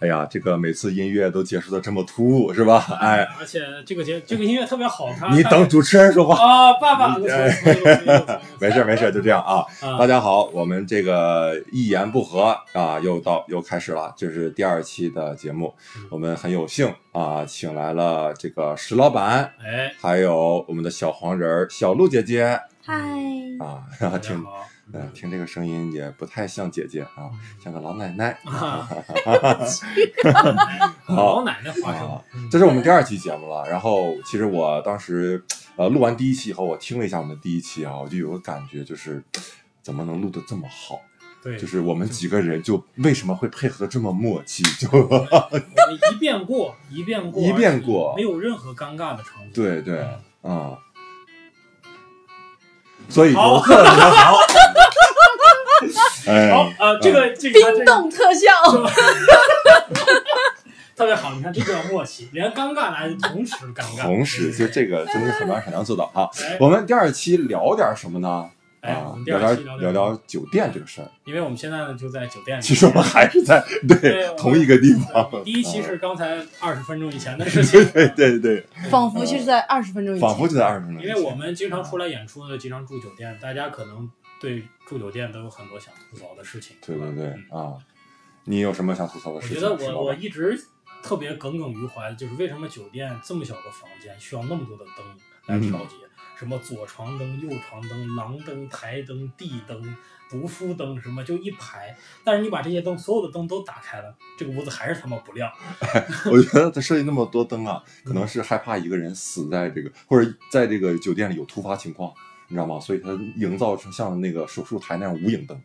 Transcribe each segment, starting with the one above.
哎呀，这个每次音乐都解释的这么突兀，是吧？哎，而且这个节这个音乐特别好，它你等主持人说话。 啊，爸爸，我错了我错了我错了没事儿没事儿，就这样啊。啊大家好，我们这个一言不合啊，又到又开始了，这是第二期的节目嗯。我们很有幸啊，请来了这个石老板，哎，还有我们的小黄人儿小鹿姐姐嗨，啊， 大家听好，呃听这个声音也不太像姐姐啊，像个老奶奶。 啊，好老奶嗯奶花生啊，这是我们第二期节目了。然后，其实我当时呃录完第一期以后，我听了一下我们的第一期啊，我就有个感觉，就是怎么能录得这么好？对，就是我们几个人就为什么会配合得这么默契？就 我们一遍过，一遍过，一遍过而且没有任何尴尬的场景。对对啊、嗯所以啊好游客你 们好，哎，好，呃，这个这个它这个冰冻特效，特别好，你看这叫默契，连尴尬来同时尴尬，同时就这个真的是很难很难做到啊。哎我们第二期聊点什么呢？哎，啊我们，第聊二期点聊聊，聊酒店这个事儿。因为我们现在呢就在酒店里。其实我们还是在对对同一个地方。 对第一期是刚才二十分钟以前的事情，对对对，仿佛就是在二十分钟以前，仿佛就在二十分钟因以前。为我们经常出来演出呢，经常住酒店，大家可能对住酒店都有很多想吐槽的事情。对对对嗯啊，你有什么想吐槽的我事觉情？石得我老我板一直特别耿耿于怀，就是为什么酒店这么小个房间需要那么多的灯来调节？嗯什么左床灯、右床灯、廊灯、台灯、地灯、读书灯，什么就一排。但是你把这些灯，所有的灯都打开了，这个屋子还是他妈不亮。 我觉得他设计那么多灯啊，可能是害怕一个人死在这个，或者在这个酒店里有突发情况，你知道吗？所以他营造成像那个手术台那样无影灯，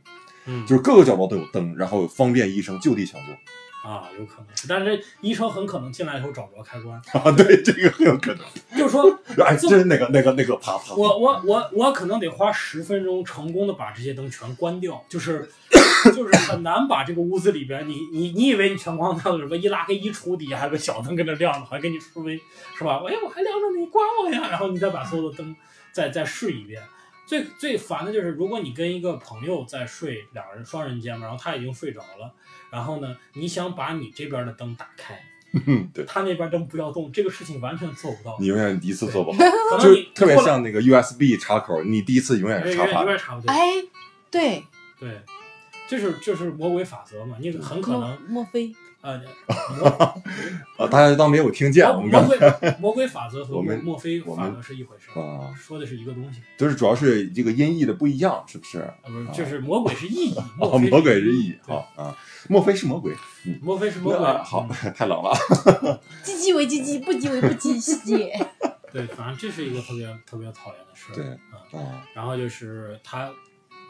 嗯就是各个角落都有灯，然后方便医生就地抢救。 啊，有可能是，但是医生很可能进来以后找不着开关，啊，对，这个很有可能。就是说 哎，真是那个那个那个，啪啪。我我我我可能得花十分钟成功的把这些灯全关掉，就是就是很难把这个屋子里边，你你你以为你全关掉了，什么一拉开衣橱底下还有个小灯跟着亮着，还给你助威是吧？哎，我还亮着呢，你关我呀！然后你再把所有的灯再再试一遍。最最烦的就是，如果你跟一个朋友在睡，两人双人间嘛，然后他已经睡着了，然后呢，你想把你这边的灯打开，嗯，对，他那边灯不要动，这个事情完全做不到。你永远一次做 不好，可能就你是特别过了像那个 USB 插口，你第一次永远对是有插点反的。有点差不多。哎，对，对，就是就是魔鬼法则嘛，你很可莫能莫非呃，魔啊，大家就当没有听见，我魔们刚 魔鬼魔鬼法则和我墨们墨菲我法们则是一回事儿，啊，说的是一个东西，就是主要是这个音译的不一样，是不是？啊，哦啊不是就是魔鬼 是意义，墨菲魔鬼是意对好啊，莫非是魔鬼？墨菲是魔鬼，啊好嗯，太冷了。唧唧为唧唧，不唧为不唧，细节。对，反正这是一个特别特别讨厌的事儿，对啊，啊，然后就是他。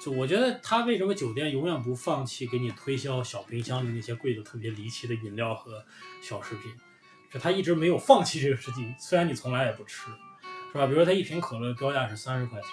就我觉得他为什么酒店永远不放弃给你推销小冰箱里那些贵的特别离奇的饮料和小食品，就他一直没有放弃这个事情，虽然你从来也不吃，是吧？比如说他一瓶可乐标价是三十块钱，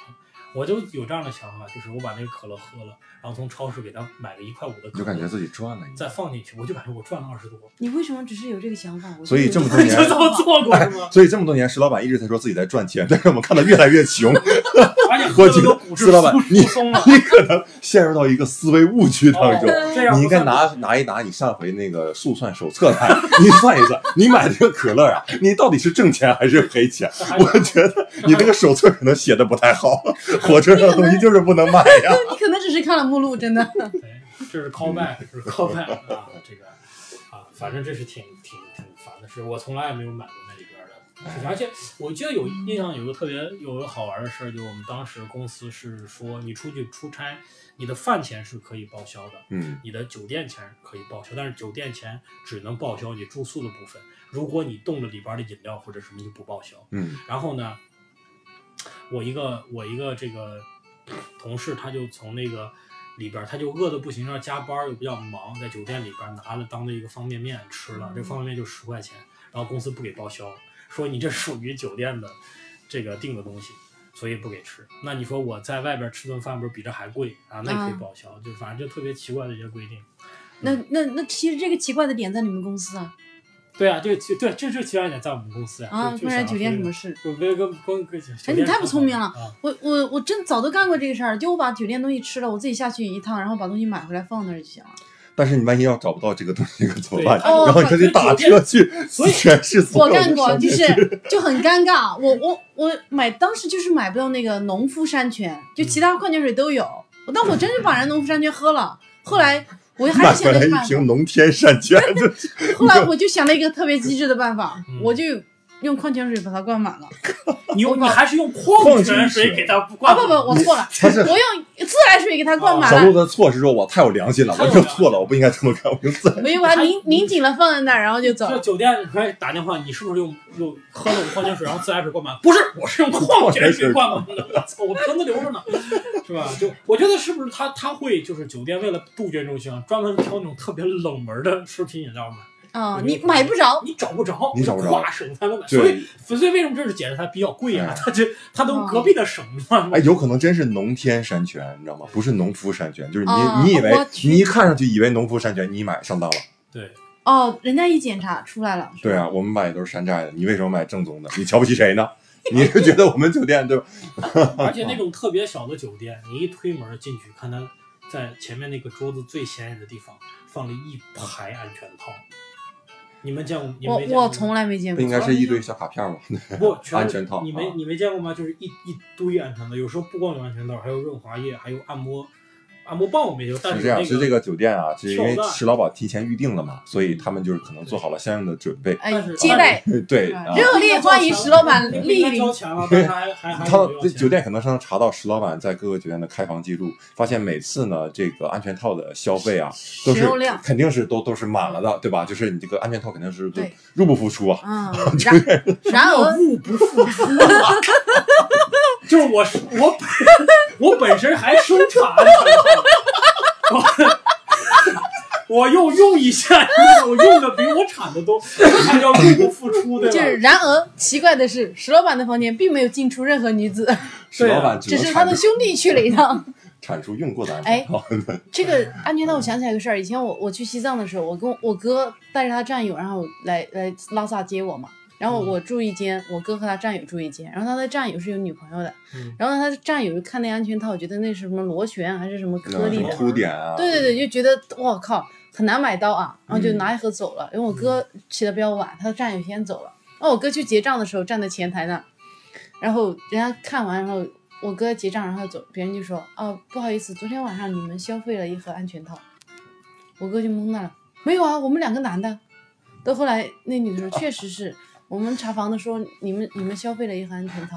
我就有这样的想法，就是我把那个可乐喝了，然后从超市给他买个一块五的你就可乐，感觉自己赚了一再样。放进去，我就感觉我赚了二十 多， 你为什么只是有这个想法？我所以就这么多有你年就个想这法么做过是吗？所以这么多年，石老板一直在说自己在赚钱，但是我们看到越来越 穷，而且我喝的觉都得骨质石老板疏你疏松了， 哦你可能陷入到一个思维误区当中。这样你应该不算拿拿一拿你上回那个速算手册来， 你算一算，你买这个可乐啊，你到底是挣钱还是赔钱？还我觉得你这个手册可能写的不太 好，火车上的东西就是不能卖呀。 你可能只是看了目录，真的。对，哎这是 callback，这是 callback 啊，这个啊，反正这是挺挺挺烦的事，我从来也没有买过那里边的事情，而且我记得有印象有个特别有个好玩的事儿，就我们当时公司是说，你出去出差，你的饭钱是可以报销的，嗯，你的酒店钱可以报销，但是酒店钱只能报销你住宿的部分，如果你动了里边的饮料或者什么就不报销。嗯然后呢，我一个我一个这个同事，他就从那个里边儿，他就饿的不行，要加班儿又比较忙，在酒店里边儿拿了当的一个方便面吃了，这方便面就十块钱，然后公司不给报销，说你这属于酒店的这个订的东西。所以不给吃，那你说我在外边儿吃顿饭不是比这还贵啊？那也可以啊报销，就反正就特别奇怪的一些规定。 那那那，其实这个奇怪的点在你们公司啊对啊，就对，这就奇怪点在我们公司啊，就不然酒店什么？事？就想要说这个我别跟跟跟酒哎店你太不聪明了啊！我我我真早都干过这个事儿，就我把酒店东西吃了，我自己下去一趟，然后把东西买回来放那儿就行了。但是你万一要找不到这个东西可怎么对办？哦然后你就得打车去所以全市所我有的干过，商就店是 就很尴尬。我我我买当时就是买不到那个农夫山泉，就其他矿泉水都有，但我真是把人农夫山泉喝了。后来我还买是回想了来个一办法，瓶农天山泉，后来我就想了一个特别机智的办法嗯，我就用矿泉水把它灌满了。 你我你把还是用矿泉矿泉水水给它啊灌不满不，我错了，他是哦我用自来水给它灌满小了鹿。的错是说我太有良心了，太我有就良心错了，我不应该这么干，我就自然我就把它拧拧紧了放在那儿，然后就走这了。酒店还打电话，你是不是用用喝了我矿泉水，然后自来水灌满？不是，我是用矿泉水灌满的。我操，我瓶子留着呢，是吧？就我觉得是不是他他会就是酒店为了杜绝这种情况，专门挑那种特别冷门的食品饮料买，啊、你买不着，你找不着，你找不着跨省才能买。所以对。所以为什么这是解释它比较贵啊哎？它这它从隔壁的省嘛， 哎，有可能真是农天山泉，你知道吗？不是农夫山泉，就是你、啊你以为我去你一看上去以为农夫山泉，你买上当了。对，哦，人家一检查出来了。对啊，我们买的都是山寨的，你为什么买正宗的？你瞧不起谁呢？你是觉得我们酒店对吧？啊而且那种特别小的酒店，你一推门进去，看它在前面那个桌子最显眼的地方放了一排安全套。你们见过？你们我没见过吗我 从来没见不应过。该是一堆小卡片吧？不全安全套你没啊你没见过吗？就是一一堆安全套，有时候不光有安全套，还有润滑液，还有按摩按摩棒，我没有。但是这那样，个是这个酒店啊，是因为跳蛋石老板提前预定了嘛，所以他们就是可能做好了相应的准备。哎但是，接待 对啊，热烈欢迎石老板那个莅临交钱了，但是还还还他没有这交酒钱。店可能是能查到石老板在各个酒店的开房记录，发现每次呢这个安全套的消费啊，都使是用量，肯定是都都是满了的，对吧？就是你这个安全套肯定是对入不敷出啊。嗯，然然而入不敷出，哦啊 就是我是我本 我本身还生产安全套，我 我又用一下，我用的比我产的多，那叫入不敷出，对吧？就是然而奇怪的是，石老板的房间并没有进出任何女子，啊石老板只只能是他产的哎出兄弟去了一趟。产出用过的安全套， 这个安全套，我想起来一个事儿。以前我我去西藏的时候，我跟我我哥带着他战友，然后来来拉萨接我嘛。然后我住一间，我哥和他战友住一间。然后他的战友是有女朋友的，嗯然后他的战友就看那安全套，觉得那是什么螺旋还是什么颗那什粒么的，凸点啊，对对对，就觉得我靠很难买到啊，然后就嗯拿一盒走了。因为我哥起的比较晚，他的战友先走了。然后我哥去结账的时候站在前台那，然后人家看完，然后我哥结账，然后走，别人就说：“哦，不好意思，昨天晚上你们消费了一盒安全套。”我哥就懵那了，没有啊，我们两个男的。到后来那女的说，确实是。我们查房的时候，你们你们消费了一盒安全套，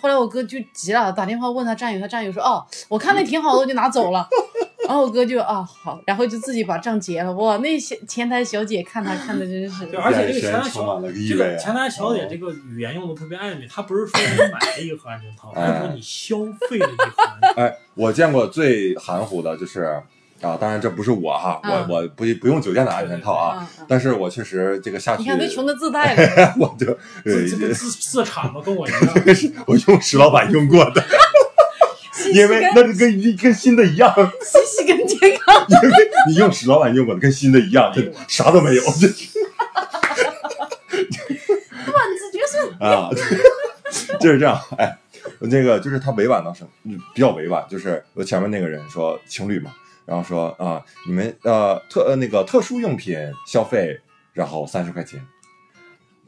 后来我哥就急了，打电话问他战友，他战友说哦，我看那挺好的，我就拿走了。 然后我哥就啊、好，然后就自己把账结了。哇，那些前台小姐看他看的真是，对，而且这个眼神前台充小满了这意味个啊前台小姐这个语言用的特别暧昧，她不是说你买了一盒安全套，她是说你消费了一盒安全套。哎，我见过最含糊的就是啊，当然这不是我哈，啊我我不不用酒店的安全套啊，啊，啊但是我确实这个下去，你 看都穷的自带了。我就这这个呃，自自产吧，跟我一样。是我用石老板用过的，因为那是跟一跟新的一样， 西西跟健康，因为你用石老板用过的跟新的一样，这啥都没 有，这段子绝是 啊，就是这样。哎，那个就是他委婉到什么，嗯比较委婉，就是我前面那个人说情侣嘛，然后说啊，你们呃特呃那个特殊用品消费，然后三十块钱，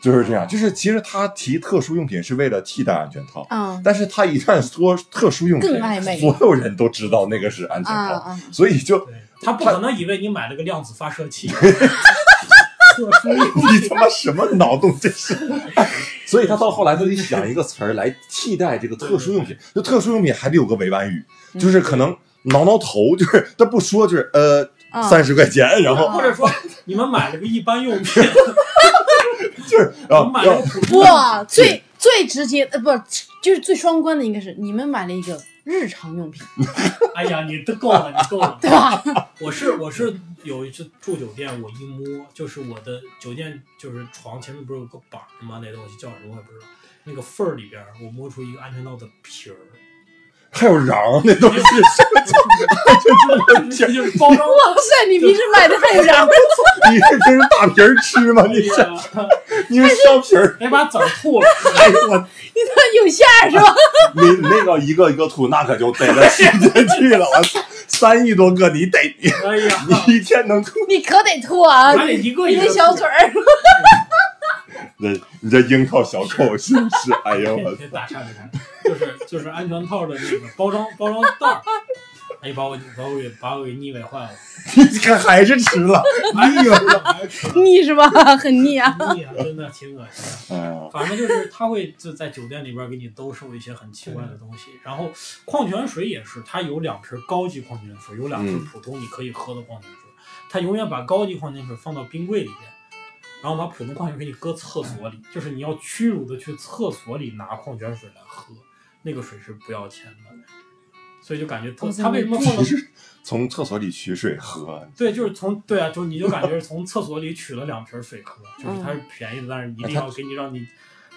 就是这样。就是其实他提特殊用品是为了替代安全套，啊但是他一旦说特殊用品更暧昧，所有人都知道那个是安全啊套，啊！所以就对她不可能以为你买了个量子发射 器。特殊用品你他妈什么脑洞这是？ 所以他到后来他得想一个词儿来替代这个特殊用品，就特殊用品还得有个委婉语，嗯就是可能挠挠头，就是他不说就是呃啊三十块钱，然后或者说你们买了个一般用 品，就是啊然后我们买然了后个普通的，哇，最最直接呃，不是就是最双关的应该是你们买了一个日常用品，哎呀，你都够了，你够了。对吧？我是我是有一次住酒店，我一摸就是我的酒店就是床前面不是有个板儿吗？那东西叫什么我也不知道。那个缝儿里边儿，我摸出一个安全套的 皮儿，还有瓤那东西，就是就是包装哇塞，你平时买的还有啥？ 你是平时大皮儿吃吗？你是的，你是削皮儿？ 得把籽儿吐了。哎呦我，你他妈有馅儿是吧？你那个一个一个吐，那可就逮着时间去了，我操！三亿多个，你得你哎呀，一天能吐， 你可得吐啊！咱得一个一你个那小嘴儿，这你这樱桃小口是不是？哎呦我别别打岔别打岔，就是就是安全套的那个包装包装袋儿，哎，把我把我给把我给腻歪坏了，你 看还是吃了， 哎呦，哎腻是吧？很腻啊！腻啊，真的挺恶心的。哎呀，反正就是他会就在酒店里边给你兜售一些很奇怪的东西，然后矿泉水也是，它有两瓶高级矿泉水，有两瓶嗯普通你可以喝的矿泉水，它永远把高级矿泉水放到冰柜里边，然后把普通矿泉水给你搁厕所里，就是你要屈辱的去厕所里拿矿泉水来喝，那个水是不要钱的，所以就感觉特我怎他么为什么不放到你是从厕所里取水喝，对，就是从对啊，就你就感觉是从厕所里取了两瓶水喝，就是嗯它是便宜的，但是一定要给你让你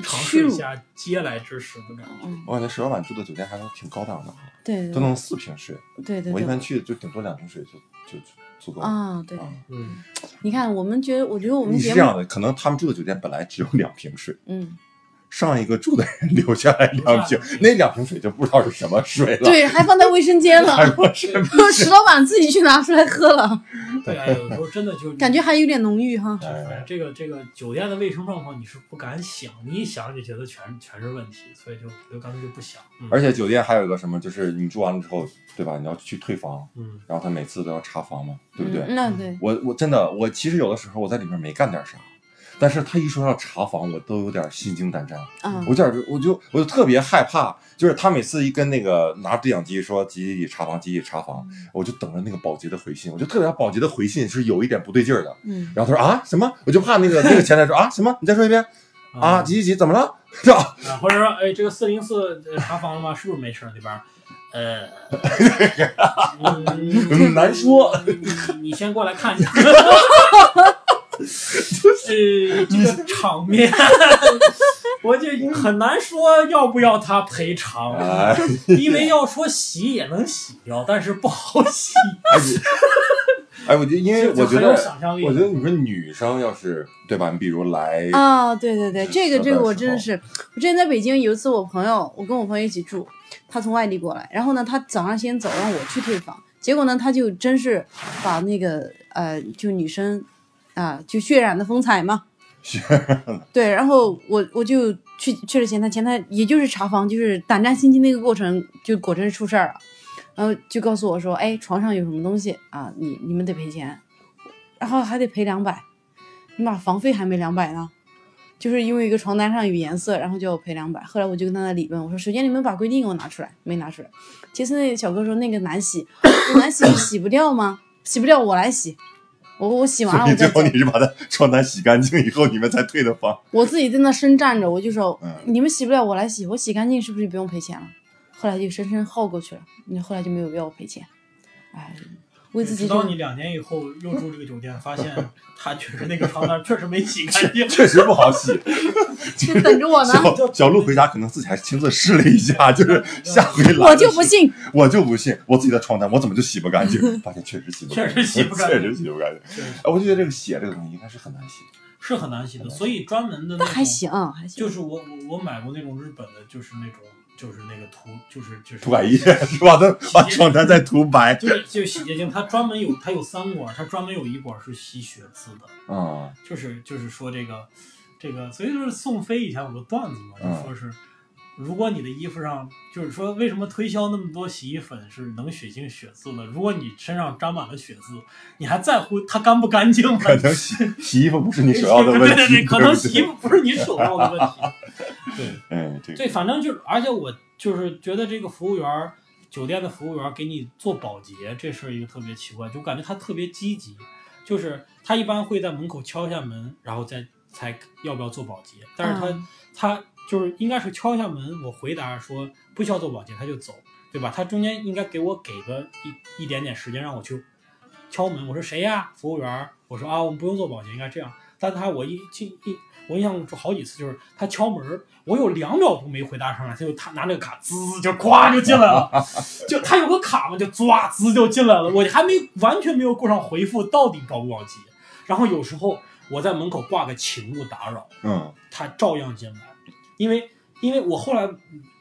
尝试一下嗟来之食的感觉。我感觉石老板住的酒店还都挺高档的，对都对能四瓶水，对对我一般对。去就顶多两瓶水就就就足够了。啊，对，啊嗯，你看，我们觉得，我觉得我们你是这节目，样的，可能他们住的酒店本来只有两瓶水，嗯，上一个住的人 留下来两瓶留下来，那两瓶水就不知道是什么水了。对，还放在卫生间了，哎我是石老板自己去拿出来喝了，对啊，有时候真的 就感觉还有点浓郁哈。哎这个这个酒店的卫生状况你是不敢想，你一想就觉得全全是问题，所以就我就干脆就不想。嗯而且酒店还有一个什么，就是你住完了之后，对吧？你要去退房，嗯，然后他每次都要查房嘛，对不对？嗯那对，我我真的我其实有的时候我在里面没干点啥，但是他一说要查房，我都有点心惊胆战。啊，我这样就我就我就特别害怕，就是他每次一跟那个拿对讲机说集体查房，集体查房，我就等着那个保洁的回信，我就特别怕保洁的回信是有一点不对劲儿的。嗯，然后他说啊什么，我就怕那个那个前台说啊什么，你再说一遍啊啊，几几几怎么了？ 是 吧？啊或者说哎，这个四零四查房了吗？是不是没事儿那边儿？ 呃，嗯嗯难说。你你先过来看一下。呃，这个场面， 我就很难说要不要他赔偿，哎，因为要说洗也能洗掉，但是不好洗。哎，我就因为就我就觉很得有想象力。我觉得你说女生要是对吧，你比如来，啊，对对对，这个小这个的我时真的候是，我之前在北京有一次，我朋友，我跟我朋友一起住，他从外地过来，然后呢，他早上先走，让我去退房，结果呢，他就真是把那个呃，就女生啊、就血染的风采嘛， 血对，然后我我就去去了前台，前台也就是查房，就是胆战心惊那个过程，就果真是出事儿了，然后就告诉我说，哎，床上有什么东西啊，你你们得赔钱，然后还得赔两百，你妈房费还没两百呢。就是因为一个床单上有颜色，然后就要赔两百。后来我就跟他在理论，我说首先你们把规定给我拿出来，没拿出来。其次那个小哥说那个难洗，我难洗洗不掉吗？洗不掉我来洗，我我洗完了所我以最再走后。你是把它床单洗干净以后，你们才退的房。我自己在那深站着，我就说、嗯，你们洗不了我来洗，我洗干净是不是就不用赔钱了？后来就深深耗过去了，你后来就没有要我赔钱，哎，为自己直这到你两年以后又住这个酒店，发现他确实那个床单确实没洗干净 确实不好洗。 就等着我呢，小小鹿回家可能自己还亲自试了一下，就是下回来我就不，信。我就不信我自己的床单我怎么就洗不干 净？发现确实洗不干净，确实洗不干 净确实洗不干净。确实哎，我就觉得这个血这个东西应该是很难洗。是很难洗的。所以专门的那但种还行，还行。就是我我我买过那种日本的，就是那种就是那个涂就是就是涂改液是吧？他把床单再涂白。就是 就是洗洁精，它专门有它有三管，它专门有一管是吸血渍的，嗯，就是就是说这个这个，所以就是宋飞以前有个段子嘛，就嗯说是。如果你的衣服上，就是说，为什么推销那么多洗衣粉是能血清血渍呢？如果你身上沾满了血渍，你还在乎它干不干净吗？可能洗洗衣服不是你首要的问题， 对对对，可能洗衣服。服不是你首要的 问题。对，嗯，这个对，反正就是，而且我就是觉得这个服务员儿，酒店的服务员儿给你做保洁，这是一个特别奇怪，就感觉他特别积极，就是他一般会在门口敲一下门，然后再才要不要做保洁，但是他、嗯他就是应该是敲一下门，我回答说不需要做保洁，他就走，对吧？他中间应该给我给个一一点点时间让我去敲门，我说谁呀？服务员儿，我说啊，我们不用做保洁，应该这样。但他我一进一，我印象中好几次就是他敲门儿，我有两秒钟没回答上来，他就他拿那个卡滋就咵就进来了，就他有个卡嘛，就抓滋就进来了，我还没完全没有顾上回复到底着不着急。然后有时候我在门口挂个请勿打扰，嗯他照样进来，因为因为我后来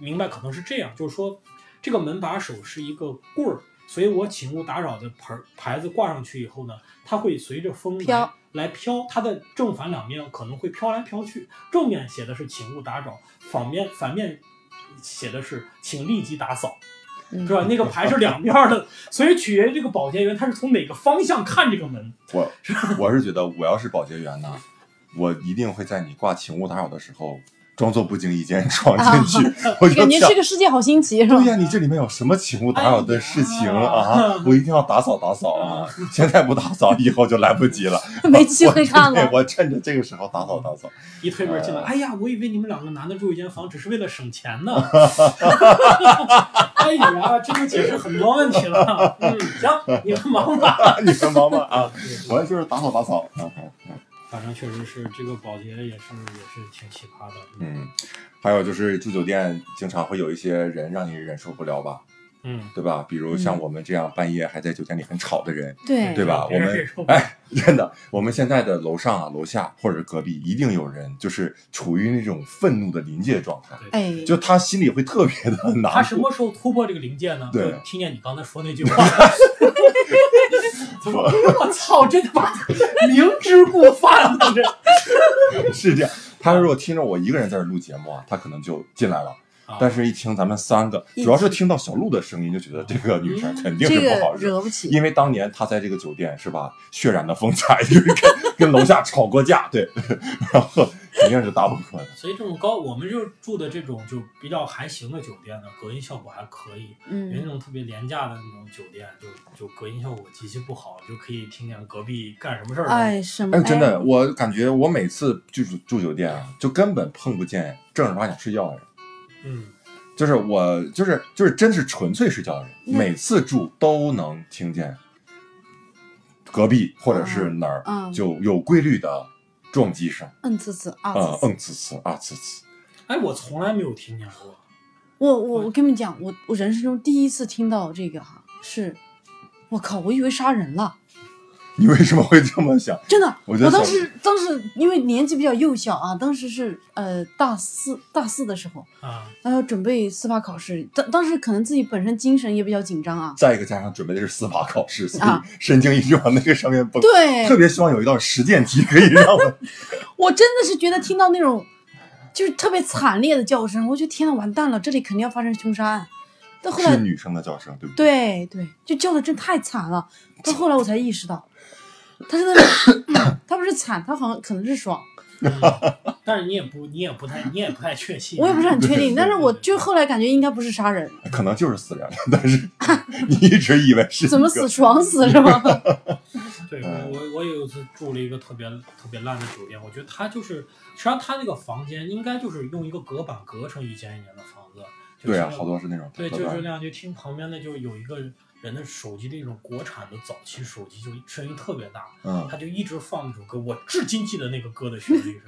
明白可能是这样，就是说这个门把手是一个棍儿，所以我请勿打扰的牌儿牌子挂上去以后呢，它会随着风来飘来飘，它的正反两面可能会飘来飘去。正面写的是请勿打扰，反面反面写的是请立即打扫，嗯是吧？那个牌是两面儿的，所以取决于这个保洁员他是从哪个方向看这个门。我我是觉得，我要是保洁员呢，我一定会在你挂“请勿打扰”的时候，装作不经意间 闯进去。我就感觉想这，个世界好新啊奇，是吧对？呀，你这里面有什么请勿打扰的事情哎呀 嗯啊？我一定要打扫打扫啊！ 现在不打扫，以后就来不及 了。没机会看对了，我趁着这个时候打扫打扫。 一推门进来，呃哎呀，我以为你们两个男的住一间房只是为了省钱呢。哎呀，这就解释很多问题了。嗯，行，你们 忙吧。你们忙吧啊！我就是打扫打扫。嗯反正确实是这个保洁也是也是挺奇葩的。嗯，还有就是住酒店，经常会有一些人让你忍受不了吧，嗯，哎对吧？比如像我们这样半夜还在酒店里很吵的人，对对吧？别我人们忍受不了哎，真的，我们现在的楼上啊、楼下或者隔壁，一定有人就是处于那种愤怒的临界状态，哎，就他心里会特别的他难什么时候突破这个临界呢？对就听见你刚才说那句 话。 他说我操，真他妈明知故犯了，这受，是这样。他如果听着我一个人在这录节目啊，他可能就进来了啊。但是，一听咱们三个，一起主要是听到小鹿的声音，就觉得这个女生肯定是这不好个惹。惹不起。因为当年他在这个酒店是吧，血染的风采，就是跟 跟楼下吵过架，对，然后肯定是打不过的。所以这种高，我们就住的这种就比较还行的酒店呢，隔音效果还可以。人那嗯，种特别廉价的那种酒店，就就隔音效果极其不好，就可以听见隔壁干什么事儿。哎，什么？哎，真的，我感觉我每次就是住酒店啊，就根本碰不见正儿八经睡觉的人，嗯，就是我就是就是真是纯粹睡觉的人，那每次住都能听见隔壁或者是哪儿嗯就有规律的撞击声，哎，嗯呲呲啊啊呲呲。嗯呲呲啊呲呲，哎，我从来没有听见过。我我我跟你们讲，我我人生中第一次听到这个哈，是，我靠，我以为杀人了，你为什么会这么想？真的。我我觉得当小时当时因为年纪比较幼小啊，当时是呃大四大四的时候， 啊，然后准备司法考试，当当时可能自己本身精神也比较紧张啊，再一个加上准备的是司法考试，所以啊神经一直往那个上面蹦。对特别希望有一道实践题可以让 我。我真的是觉得听到那种就是特别惨烈的叫声，我觉得天呐，完蛋了，这里肯定要发生凶杀案。到后是来，女生的叫声，对不对？对对，就叫的真太惨了。到后来我才意识到，他是那种， 他不是惨，他好像可能是爽，嗯但是你也不，你也不太，你也不太确信。我也不是很确对对定。但是我对就后来感觉应该不是杀人，可能就是死人了，但是你一直以为是一个怎么死？床死是 吗？对，我我我有一次住了一个特别特别烂的酒店，我觉得它就是，实际上它那个房间应该就是用一个隔板隔成一间一间的房子。就是对啊，好多是那种对，隔就是断那样。就听旁边的，就有一个人的手机的一种国产的早期手机，就声音特别大，嗯他就一直放那首歌，我至今记得那个歌的旋律是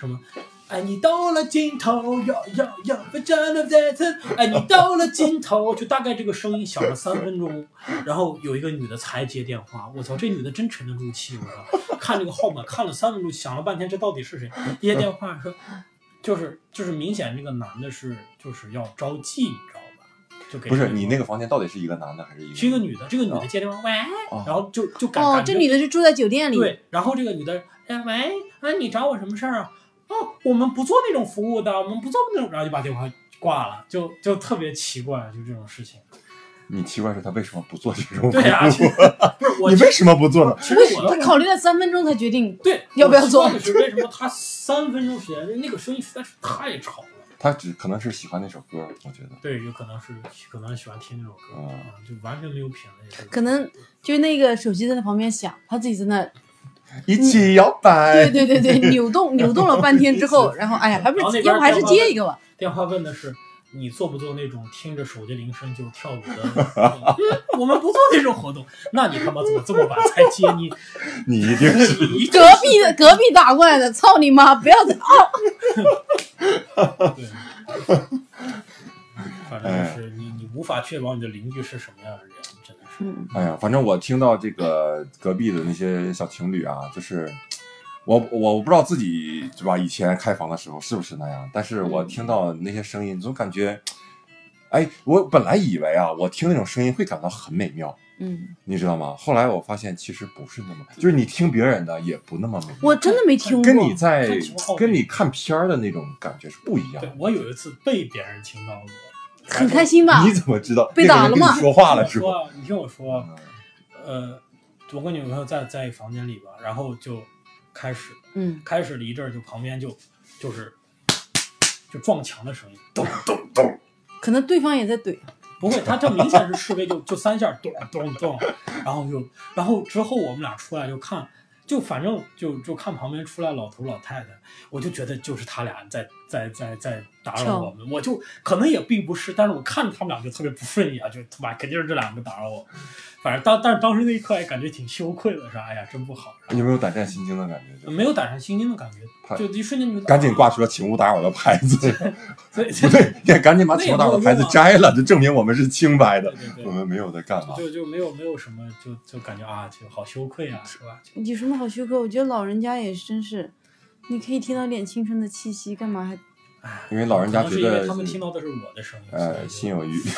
什么？爱你到了尽头，要要要，不站的再次，爱你到了尽头，就大概这个声音响了三分钟，然后有一个女的才接电话，我操，这女的真沉得住气，我操，看这个号码看了三分钟，想了半天这到底是谁？接电话说，就是就是明显这个男的是就是要招妓，你知道吧？就给不是这你那个房间到底是一个男的还是一个？是一个女的，这个女的接电话，喂，哦然后就就感哦，感觉这女的是住在酒店里，对，然后这个女的，哎喂，哎你找我什么事儿啊？哦，我们不做那种服务的，我们不做那种，然后就把电话挂了，就就特别奇怪，就这种事情。你奇怪是他为什么不做这种？对啊，其实不是我你，为什么不做呢？其为实什我么考虑了三分钟才决定？对要不要做我奇怪的是为什么他三分钟时间，那个声音实在是太吵了。他只可能是喜欢那首歌，我觉得。对，有可能是可能喜欢听这首歌，嗯啊，就完全没有品味。可能就那个手机在他旁边响，他自己在那，一起摇摆对，嗯对对对， 扭动扭动了半天之后，然后哎呀，还不然后那是，边要不还是接一个吧。电话问的是你做不做那种听着手机铃声就跳舞的活动？嗯我们不做这种活动。那你他妈怎么这么晚才接你？你一 定是你一隔壁的隔壁打过来的，操你妈！不要再对， 反哎正就是你你无法确保你的邻居是什么样的人，真的是。嗯，哎呀，反正我听到这个隔壁的那些小情侣啊，就是我我不知道自己嗯对吧？以前开房的时候是不是那样？但是我听到那些声音，总感觉哎，我本来以为啊，我听那种声音会感到很美妙，嗯，你知道吗？后来我发现其实不是那么，就是你听别人的也不那么美妙， 我真的没听过。跟你在看情况跟你看片儿的那种感觉是不一样对的。我有一次被别人听到过，很开心吧？你怎么知道啊被打那了吗个人跟你说话了是听吧？我说，你听我说，嗯呃，我跟女朋友在在房间里吧，然后就开始嗯，开始了一阵儿，就旁边就就是就撞墙的声音，咚咚可能对方也在怼。不会，他这明显是示威，就就三下儿咚咚咚，然后就，然后之后我们俩出来就看，就反正就就看旁边出来老头老太太，我就觉得就是他俩在在在在打扰我们，我就可能也并不是，但是我看着他们俩就特别不顺眼，就他妈肯定是这两个打扰我，反正当但是当时那一刻哎也感觉挺羞愧的，是哎呀真不好，你有没有胆战心惊的感觉？就是没有打上心惊的感太觉，就一瞬间你就赶紧挂出了“请勿打扰”的牌子，所以 不对，也赶紧把“请勿打扰”的牌子摘了，就证明我们是清白的啊对，对我对。们没有在干嘛。 就就没有没有什么，就就感觉啊，就好羞愧啊，是吧？就有什么好羞愧？我觉得老人家也真是，你可以听到点青春的气息，干 嘛还哎因为老人家可觉能是因得为他们听到的是我的声音，呃心有余力，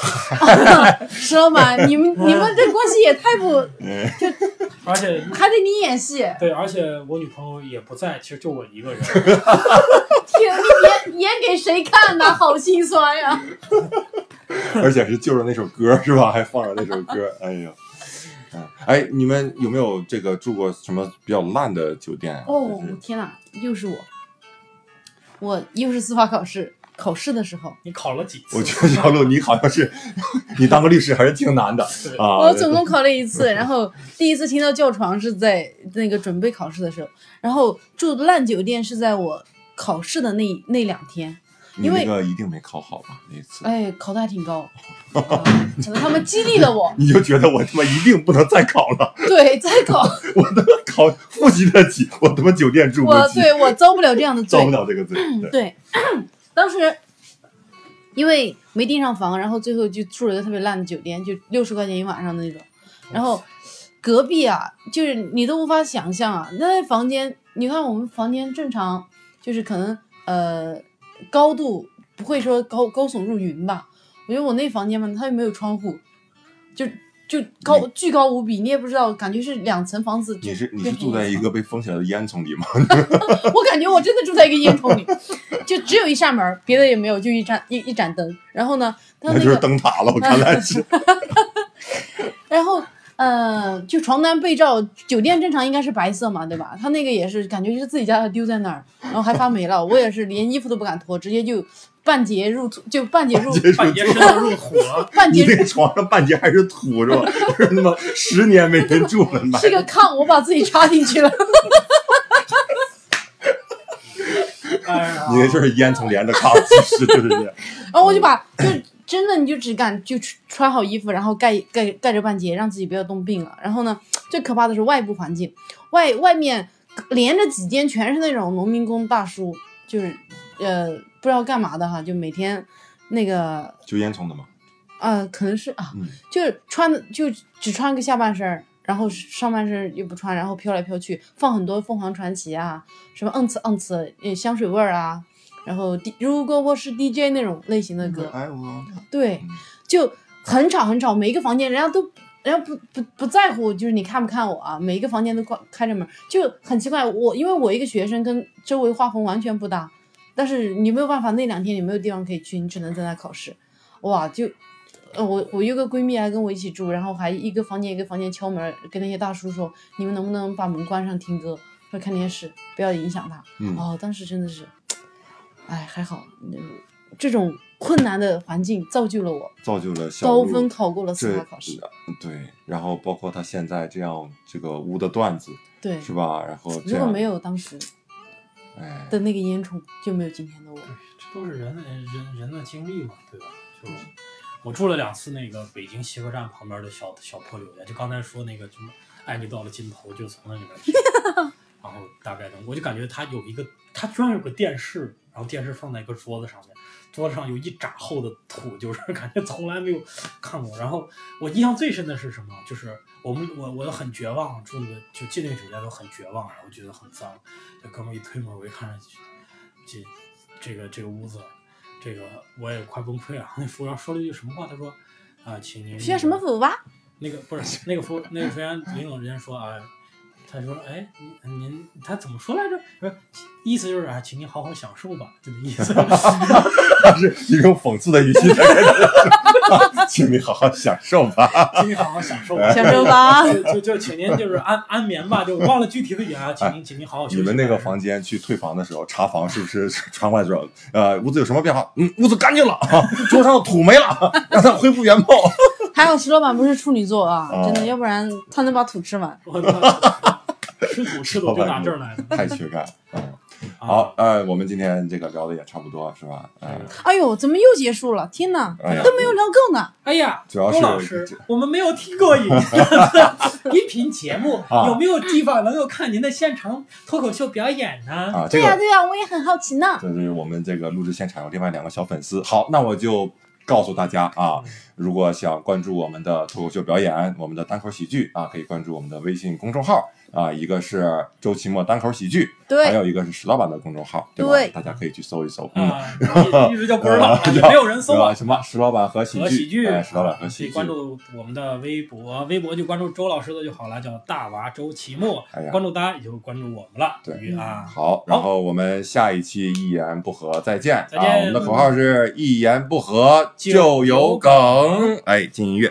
石老板，你们你们这关系也太不，嗯而且还得你演戏，对，而且我女朋友也不在，其实就我一个 人，天，你演演给谁看呐？好心酸啊呀！而且是就着那首歌是吧？还放着那首歌，哎呀。嗯哎，你们有没有这个住过什么比较烂的酒店啊？哦就是，天哪，又是我，我又是司法考试，考试的时候，你考了几 次？我觉得小鹿你好像是， 你当个律师还是挺难的对啊。我总共考了一 次，然后第一次听到叫床是在那个准备考试的时候，然后住烂酒店是在我考试的那那两天，呃你因为那个一定没考好吧？那一次， 哎，考的还挺高，啊可能他们激励了我，你就觉得我他妈一定不能再考了。对，再考我他妈考复习得起， 我嗯他妈酒店 住不我起，对我遭不了这样的罪 遭不，了这个罪。对，对， 当时因为没订上房，然后最后就住了一个特别烂的酒店，就六十块钱一晚上的那种。然后隔壁啊，就是你都无法想象啊，那房间，你看我们房间正常，就是可能呃高度不会说高高耸入云吧。我觉得我那房间嘛，它又没有窗户，就就高巨高无比，你也不知道，感觉是两层房子就。你是你是住在一个被封起来的烟囱里吗？我感觉我真的住在一个烟囱里，就只有一扇门，别的也没有，就一盏一一盏灯。然后呢，它那那就是个，灯塔了，我看来是。 然后呃，就床单被罩，酒店正常应该是白色嘛，对吧？他那个也是，感觉就是自己家的丢在那儿，然后还发霉了。我也是连衣服都不敢脱，直接就半截入土，就半截入结束半截身子入土 了，半你截那入个床上半截还是土是吧？ 是他妈十年没人住了，妈是个炕，我把自己插进去了。哎呀，你那就是烟囱连着炕，其实就是这 样。然后我就把就真的你就只敢就穿穿好衣服，然后盖盖盖着半截，让自己不要冻病了。然后呢，最可怕的是外部环境，外外面连着几间全是那种农民工大叔，就是呃不知道干嘛的哈，就每天那个就烟囱的嘛，呃可能是啊，嗯就是穿的就只穿个下半身儿。然后上半身又不穿，然后飘来飘去，放很多凤凰传奇啊，什么嗯呲嗯呲，呃香水味儿啊，然后 D, 如果我是 DJ 那种类型的歌，哎我对嗯，就很吵很吵，每一个房间人家都人家不不不在乎，就是你看不看我啊，每一个房间都关开着门，就很奇怪。我因为我一个学生跟周围画风完全不搭，但是你没有办法，那两天你没有地方可以去，你只能在那考试。哇，就。呃，我我有个闺蜜还跟我一起住，然后还一个房间一个房间敲门，跟那些大叔说：“你们能不能把门关上听歌或者看电视，不要影响他。”嗯哦，当时真的是，哎，还好，那这种困难的环境造就了我，造就了小高鹿分考过了司对嗯法考试。对，然后包括他现在这样这个污的段子对，是吧？然后这如果样没有当时哎的那个烟囱，就没有今天的我。嗯这都是人的人人的经历嘛，对吧？就是我住了两次那个北京西客站旁边的小小破酒店，就刚才说那个什么爱你到了尽头，就从那里面听。然后大概能，我就感觉它有一个，它居然有个电视，然后电视放在一个桌子上面，桌子上有一扎厚的土，就是感觉从来没有看过。然后我印象最深的是什么？就是我们我我很绝望，住那个就进那个酒店都很绝望，然后觉得很脏。这哥们儿一推门，我一看这这这个这个屋子，这个我也快崩溃了。那服务员说了一句什么话？他说：“啊、请您需要什么那个服 务吧？那个不是那个服务那个服务员领导人家说啊，他说哎您您他怎么说来着？他说意思就是啊，请您好好享受吧，就这意思。他是一种讽刺的语气在跟他说，请你好好享受吧。请您好好享受吧，享受吧就就就请您就是安安眠吧，就忘了具体的语言啊，请您请您好好休息你吧。们那个房间去退房的时候，查房是不是传过来说，呃，屋子有什么变化？嗯，屋子干净了，啊、桌上的土没了， 让它恢复原貌。还好石老板不是处女座啊，哦真的，要不然他能把土吃完。我操，吃土吃土就打这儿来的。太缺钙。嗯，啊好，，呃，我们今天这个聊的也差不多是吧？嗯，哎呦，怎么又结束了？天哪，哎呀都没有聊够呢。哎呀，主要是周老师，我们没有听过音音频节目，啊有没有地方能够看您的现场脱口秀表演呢？啊，这对呀、个对呀、我也很好奇 呢。这是我们这个录制现场有另外两个小粉丝。好，那我就告诉大家啊，嗯如果想关注我们的脱口秀表演、我们的单口喜剧啊，可以关注我们的微信公众号啊，一个是周奇墨单口喜剧，还对，有一个是石老板的公众号，对吧？对大家可以去搜一搜。嗯，啊，一一直就不知道啊，也没有人搜对吧啊。什么石老板和喜和喜剧，哎，石老板和喜可以剧，关注我们的微博，微博就关注周老师的就好了，叫大娃周奇墨哎呀，关注他也就关注我们了。对于啊，好，然后我们下一期一言不合再见再见啊！我们的口号是一言不合就有梗。哎，进音乐。